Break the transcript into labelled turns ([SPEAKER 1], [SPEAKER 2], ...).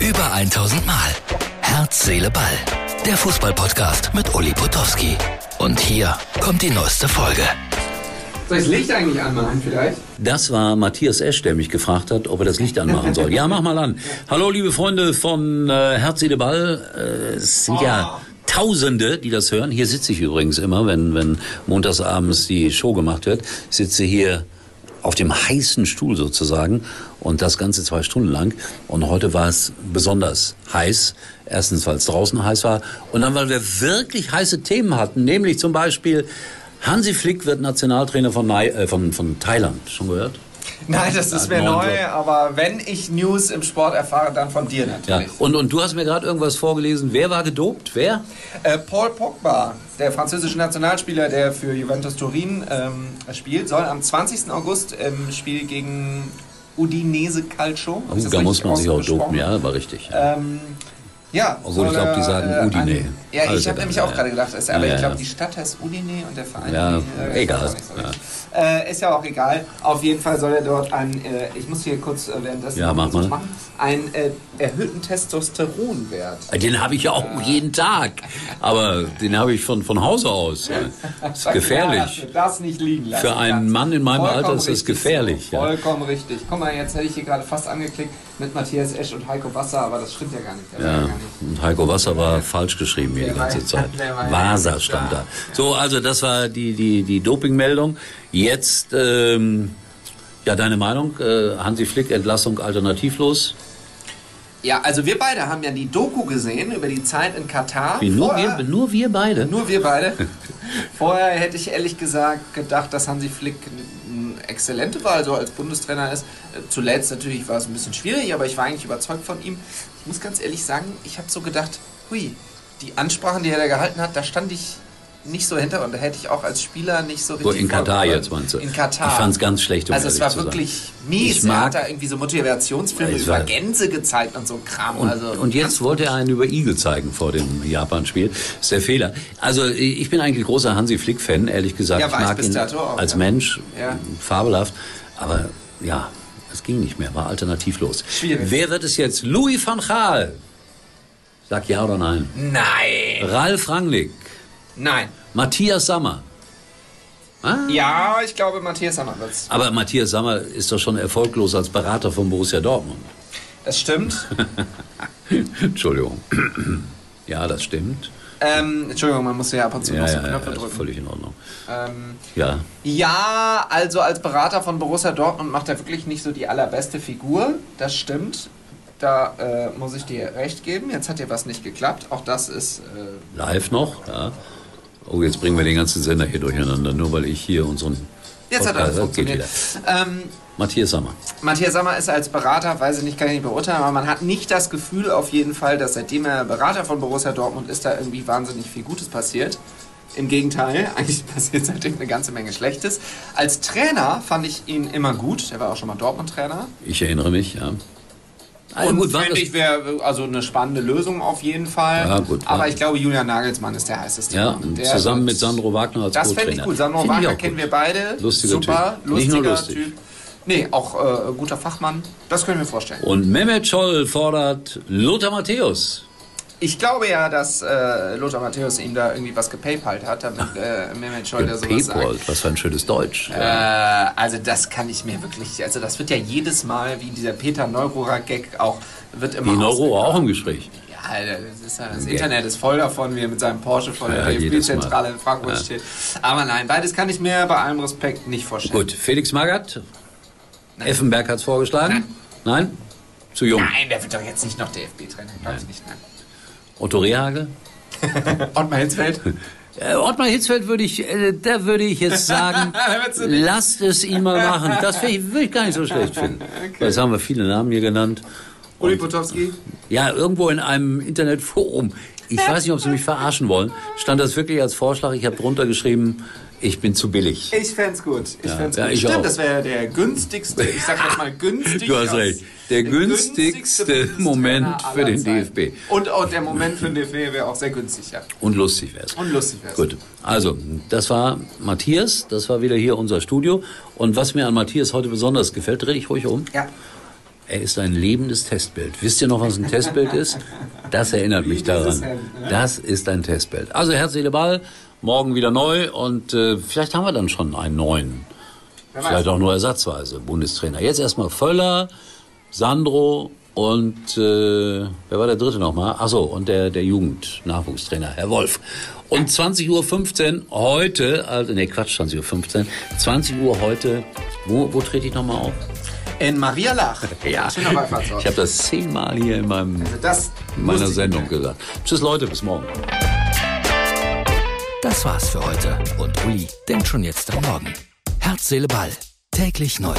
[SPEAKER 1] Über 1000 Mal. Herz, Seele, Ball. Der Fußballpodcast mit Uli Potowski. Und hier kommt die neueste Folge.
[SPEAKER 2] Soll ich das Licht eigentlich anmachen vielleicht?
[SPEAKER 3] Das war Matthias Esch, der mich gefragt hat, ob er das Licht anmachen soll. Ja, mach mal an. Hallo, liebe Freunde von äh, Herz, Seele, Ball. Äh, es sind ja Tausende, die das hören. Hier sitze ich übrigens immer, wenn, wenn montagsabends die Show gemacht wird. Ich sitze hier auf dem heißen Stuhl sozusagen und das Ganze zwei Stunden lang. Und heute war es besonders heiß. Erstens, weil es draußen heiß war und dann, weil wir wirklich heiße Themen hatten, nämlich zum Beispiel Hansi Flick wird Nationaltrainer von, Nei- äh, von, von Thailand. Schon gehört?
[SPEAKER 2] Nein, das ist mir
[SPEAKER 3] Nein, neun
[SPEAKER 2] neu,
[SPEAKER 3] Job.
[SPEAKER 2] aber wenn ich News im Sport erfahre, dann von dir
[SPEAKER 3] Ja.
[SPEAKER 2] natürlich.
[SPEAKER 3] Und, und du hast mir gerade irgendwas vorgelesen. Wer war gedopt? Wer?
[SPEAKER 2] Äh, Paul Pogba, der französische Nationalspieler, der für Juventus Turin ähm, spielt, soll am 20. August im Spiel gegen Udinese Calcio.
[SPEAKER 3] Oh,
[SPEAKER 2] ist das
[SPEAKER 3] da muss
[SPEAKER 2] richtig
[SPEAKER 3] man sich auch dopen,
[SPEAKER 2] ausgesprochen?
[SPEAKER 3] ja, war richtig.
[SPEAKER 2] Ähm, ja,
[SPEAKER 3] Obwohl, ich
[SPEAKER 2] soll
[SPEAKER 3] glaub, die
[SPEAKER 2] er,
[SPEAKER 3] sagen
[SPEAKER 2] äh,
[SPEAKER 3] Udine.
[SPEAKER 2] an- Ja, ich
[SPEAKER 3] Also
[SPEAKER 2] habe
[SPEAKER 3] dann,
[SPEAKER 2] nämlich auch
[SPEAKER 3] ja.
[SPEAKER 2] gerade gedacht, es- aber
[SPEAKER 3] Ja,
[SPEAKER 2] ich
[SPEAKER 3] ja,
[SPEAKER 2] glaube,
[SPEAKER 3] ja.
[SPEAKER 2] die Stadt heißt Udine und der Verein.
[SPEAKER 3] Ja,
[SPEAKER 2] Udine,
[SPEAKER 3] egal.
[SPEAKER 2] weiß ich auch nicht so richtig. Äh, ist ja auch egal. Auf jeden Fall soll er dort ein, äh, ich muss hier kurz äh, währenddessen
[SPEAKER 3] Ja, mach
[SPEAKER 2] kurz was
[SPEAKER 3] mal.
[SPEAKER 2] machen, einen äh, erhöhten Testosteronwert.
[SPEAKER 3] Den habe ich ja auch jeden Tag. Aber den habe ich von, von Hause aus. Das ist
[SPEAKER 2] Ja,
[SPEAKER 3] gefährlich.
[SPEAKER 2] dass wir das nicht liegen lassen.
[SPEAKER 3] Für einen
[SPEAKER 2] Ganz
[SPEAKER 3] Mann in meinem
[SPEAKER 2] vollkommen
[SPEAKER 3] Alter ist das
[SPEAKER 2] richtig
[SPEAKER 3] gefährlich,
[SPEAKER 2] So.
[SPEAKER 3] ja.
[SPEAKER 2] Vollkommen richtig. Guck mal, jetzt hätte ich hier gerade fast angeklickt mit Matthias Esch und Heiko Wasser, aber das stimmt ja gar nicht. Das stimmt
[SPEAKER 3] Ja,
[SPEAKER 2] gar nicht.
[SPEAKER 3] und Heiko Wasser war falsch geschrieben hier die ganze Zeit. Vasa stand da. So, also das war die, die, die Dopingmeldung. Jetzt, ähm, ja, deine Meinung, äh, Hansi Flick, Entlassung alternativlos.
[SPEAKER 2] Ja, also wir beide haben ja die Doku gesehen über die Zeit in Katar.
[SPEAKER 3] Wie, nur,
[SPEAKER 2] Vorher-
[SPEAKER 3] wir, nur wir beide.
[SPEAKER 2] nur wir beide. Vorher hätte ich ehrlich gesagt gedacht, dass Hansi Flick eine exzellente Wahl so als Bundestrainer ist. Äh, Zuletzt natürlich war es ein bisschen schwierig, aber ich war eigentlich überzeugt von ihm. Ich muss ganz ehrlich sagen, ich habe so gedacht, hui, die Ansprachen, die er da gehalten hat, da stand ich nicht so hinter und da hätte ich auch als Spieler nicht so
[SPEAKER 3] so,
[SPEAKER 2] richtig.
[SPEAKER 3] in Katar
[SPEAKER 2] vorgekommen.
[SPEAKER 3] jetzt meinst du?
[SPEAKER 2] In Katar.
[SPEAKER 3] Ich fand es ganz schlecht, um
[SPEAKER 2] Also es
[SPEAKER 3] ehrlich
[SPEAKER 2] war
[SPEAKER 3] zu sein.
[SPEAKER 2] wirklich mies.
[SPEAKER 3] Ich mag-
[SPEAKER 2] er hat da irgendwie so Motivationsfilme
[SPEAKER 3] Ich
[SPEAKER 2] über
[SPEAKER 3] weiß.
[SPEAKER 2] Gänse gezeigt und so ein Kram.
[SPEAKER 3] Und,
[SPEAKER 2] also,
[SPEAKER 3] und jetzt wollte er einen über Igel zeigen vor dem Japan-Spiel. Ist der Fehler. Also ich bin eigentlich großer Hansi Flick-Fan, ehrlich gesagt.
[SPEAKER 2] Ja,
[SPEAKER 3] ich
[SPEAKER 2] war ich
[SPEAKER 3] mag
[SPEAKER 2] bis
[SPEAKER 3] ihn
[SPEAKER 2] dato auch,
[SPEAKER 3] als
[SPEAKER 2] ja.
[SPEAKER 3] Mensch,
[SPEAKER 2] Ja.
[SPEAKER 3] fabelhaft. Aber ja, es ging nicht mehr, war alternativlos.
[SPEAKER 2] Schwierig.
[SPEAKER 3] Wer wird es jetzt? Louis van Gaal. Sag ja oder nein.
[SPEAKER 2] Nein,
[SPEAKER 3] Ralf Rangnick.
[SPEAKER 2] nein.
[SPEAKER 3] Matthias Sammer. Ah,
[SPEAKER 2] Ja, ich glaube, Matthias Sammer wird's.
[SPEAKER 3] Aber Matthias Sammer ist doch schon erfolglos als Berater von Borussia Dortmund.
[SPEAKER 2] Das stimmt.
[SPEAKER 3] Entschuldigung. ja, das stimmt.
[SPEAKER 2] ähm, Entschuldigung, man muss ja ab und zu
[SPEAKER 3] Ja,
[SPEAKER 2] noch so
[SPEAKER 3] ja, ja,
[SPEAKER 2] Knöpfe
[SPEAKER 3] ist
[SPEAKER 2] drücken.
[SPEAKER 3] völlig in Ordnung.
[SPEAKER 2] Ähm,
[SPEAKER 3] Ja.
[SPEAKER 2] ja, also als Berater von Borussia Dortmund macht er wirklich nicht so die allerbeste Figur. Das stimmt. Da äh, muss ich dir recht geben. Jetzt hat dir was nicht geklappt. Auch das ist. Äh,
[SPEAKER 3] Live noch, ja. Oh, jetzt bringen wir den ganzen Sender hier durcheinander, nur weil ich hier unseren.
[SPEAKER 2] jetzt hat
[SPEAKER 3] Podcast-
[SPEAKER 2] alles funktioniert.
[SPEAKER 3] Geht
[SPEAKER 2] Ähm,
[SPEAKER 3] wieder. Matthias Sammer.
[SPEAKER 2] Matthias Sammer ist als Berater, weiß ich nicht, kann ich nicht beurteilen, aber man hat nicht das Gefühl auf jeden Fall, dass seitdem er Berater von Borussia Dortmund ist, da irgendwie wahnsinnig viel Gutes passiert. Im Gegenteil, eigentlich passiert seitdem eine ganze Menge Schlechtes. Als Trainer fand ich ihn immer gut, er war auch schon mal Dortmund-Trainer.
[SPEAKER 3] Ich erinnere mich, ja. Also
[SPEAKER 2] Und
[SPEAKER 3] Ah, gut, war
[SPEAKER 2] fände
[SPEAKER 3] das,
[SPEAKER 2] ich wäre also eine spannende Lösung auf jeden Fall.
[SPEAKER 3] Ja, gut,
[SPEAKER 2] aber
[SPEAKER 3] war-
[SPEAKER 2] ich glaube, Julian Nagelsmann ist der heißeste.
[SPEAKER 3] ja,
[SPEAKER 2] Mann. Der
[SPEAKER 3] zusammen
[SPEAKER 2] wird-
[SPEAKER 3] mit Sandro Wagner als
[SPEAKER 2] das fände
[SPEAKER 3] Co-Trainer.
[SPEAKER 2] ich gut. Sandro
[SPEAKER 3] Finde ich
[SPEAKER 2] Wagner
[SPEAKER 3] auch
[SPEAKER 2] kennen
[SPEAKER 3] gut.
[SPEAKER 2] wir beide.
[SPEAKER 3] Lustiger
[SPEAKER 2] Super,
[SPEAKER 3] Typ. Nicht
[SPEAKER 2] lustiger
[SPEAKER 3] nur lustig.
[SPEAKER 2] Typ. Nee, auch äh, guter Fachmann. Das können wir vorstellen.
[SPEAKER 3] Und Mehmet Scholl fordert Lothar Matthäus.
[SPEAKER 2] Ich glaube ja, dass äh, Lothar Matthäus ihm da irgendwie was gepaypalt hat, damit äh, Mehmet Scholl da sowas
[SPEAKER 3] Paypal,
[SPEAKER 2] sagt.
[SPEAKER 3] was für ein schönes Deutsch.
[SPEAKER 2] Äh,
[SPEAKER 3] Ja.
[SPEAKER 2] also das kann ich mir wirklich, also das wird ja jedes Mal, wie dieser Peter Neururer-Gag auch, wird immer
[SPEAKER 3] Die Neuro
[SPEAKER 2] ausgegraben.
[SPEAKER 3] war auch im Gespräch.
[SPEAKER 2] Ja, Alter, das, ist ja, das Internet ist voll davon, wie er mit seinem Porsche vor der
[SPEAKER 3] Ja, jedes
[SPEAKER 2] DFB-Zentrale
[SPEAKER 3] Mal.
[SPEAKER 2] in Frankfurt
[SPEAKER 3] Ja.
[SPEAKER 2] steht. Aber nein, beides kann ich mir bei allem Respekt nicht vorstellen.
[SPEAKER 3] Gut, Felix Magath. Effenberg hat es vorgeschlagen. Nein. Zu jung.
[SPEAKER 2] Nein, der wird doch jetzt nicht noch DFB-Trainer, glaube ich nicht. Nein.
[SPEAKER 3] Otto Rehagel.
[SPEAKER 2] Und mal Hitzfeld?
[SPEAKER 3] Äh, Ottmar Hitzfeld würde ich, äh, da würde ich jetzt sagen,
[SPEAKER 2] Würdest du nicht?
[SPEAKER 3] lasst es ihn mal machen. Das finde ich- würde ich gar nicht so schlecht finden. Jetzt haben wir viele Namen hier genannt.
[SPEAKER 2] Uli Potowski?
[SPEAKER 3] Ja, irgendwo in einem Internetforum. Ich weiß nicht, ob Sie mich verarschen wollen. Stand das wirklich als Vorschlag? Ich habe drunter geschrieben, ich bin zu billig.
[SPEAKER 2] Ich fänd's gut. Ich fänd's
[SPEAKER 3] ja,
[SPEAKER 2] gut.
[SPEAKER 3] ich
[SPEAKER 2] Stimmt,
[SPEAKER 3] auch.
[SPEAKER 2] das wäre der günstigste, ich sag jetzt mal günstig.
[SPEAKER 3] Du hast
[SPEAKER 2] aus-
[SPEAKER 3] recht. Der günstigste
[SPEAKER 2] Bundestrainer
[SPEAKER 3] Moment
[SPEAKER 2] aller
[SPEAKER 3] für den
[SPEAKER 2] Zeiten.
[SPEAKER 3] DFB.
[SPEAKER 2] Und auch der Moment für den DFB wäre auch sehr günstig, ja.
[SPEAKER 3] Und lustig wäre es.
[SPEAKER 2] Und lustig wäre
[SPEAKER 3] Gut, also das war Matthias, das war wieder hier unser Studio. Und was mir an Matthias heute besonders gefällt, dreh ich ruhig um.
[SPEAKER 2] Ja.
[SPEAKER 3] Er ist ein lebendes Testbild. Wisst ihr noch, was ein Testbild ist? Das erinnert mich daran. Das ist ein Testbild. Also Herz, Seele, Ball, morgen wieder neu und äh, vielleicht haben wir dann schon einen neuen. Vielleicht auch nur ersatzweise Bundestrainer. Jetzt erstmal Völler, Sandro und äh, wer war der dritte nochmal? Achso, und der, der Jugendnachwuchstrainer, Herr Wolf. Und 20.15 Uhr heute, also ne Quatsch, 20.15 Uhr, 20 Uhr heute, wo, wo trete ich nochmal auf?
[SPEAKER 2] In Maria Lach.
[SPEAKER 3] Ja, ich
[SPEAKER 2] Schöner Wallfahrtsort.
[SPEAKER 3] habe das zehnmal hier in, meinem,
[SPEAKER 2] Das
[SPEAKER 3] in meiner
[SPEAKER 2] wusste ich nicht.
[SPEAKER 3] Sendung gesagt. Tschüss Leute, bis morgen.
[SPEAKER 1] Das war's für heute und Uli denkt schon jetzt am Morgen. Herz, Seele, Ball. Täglich neu.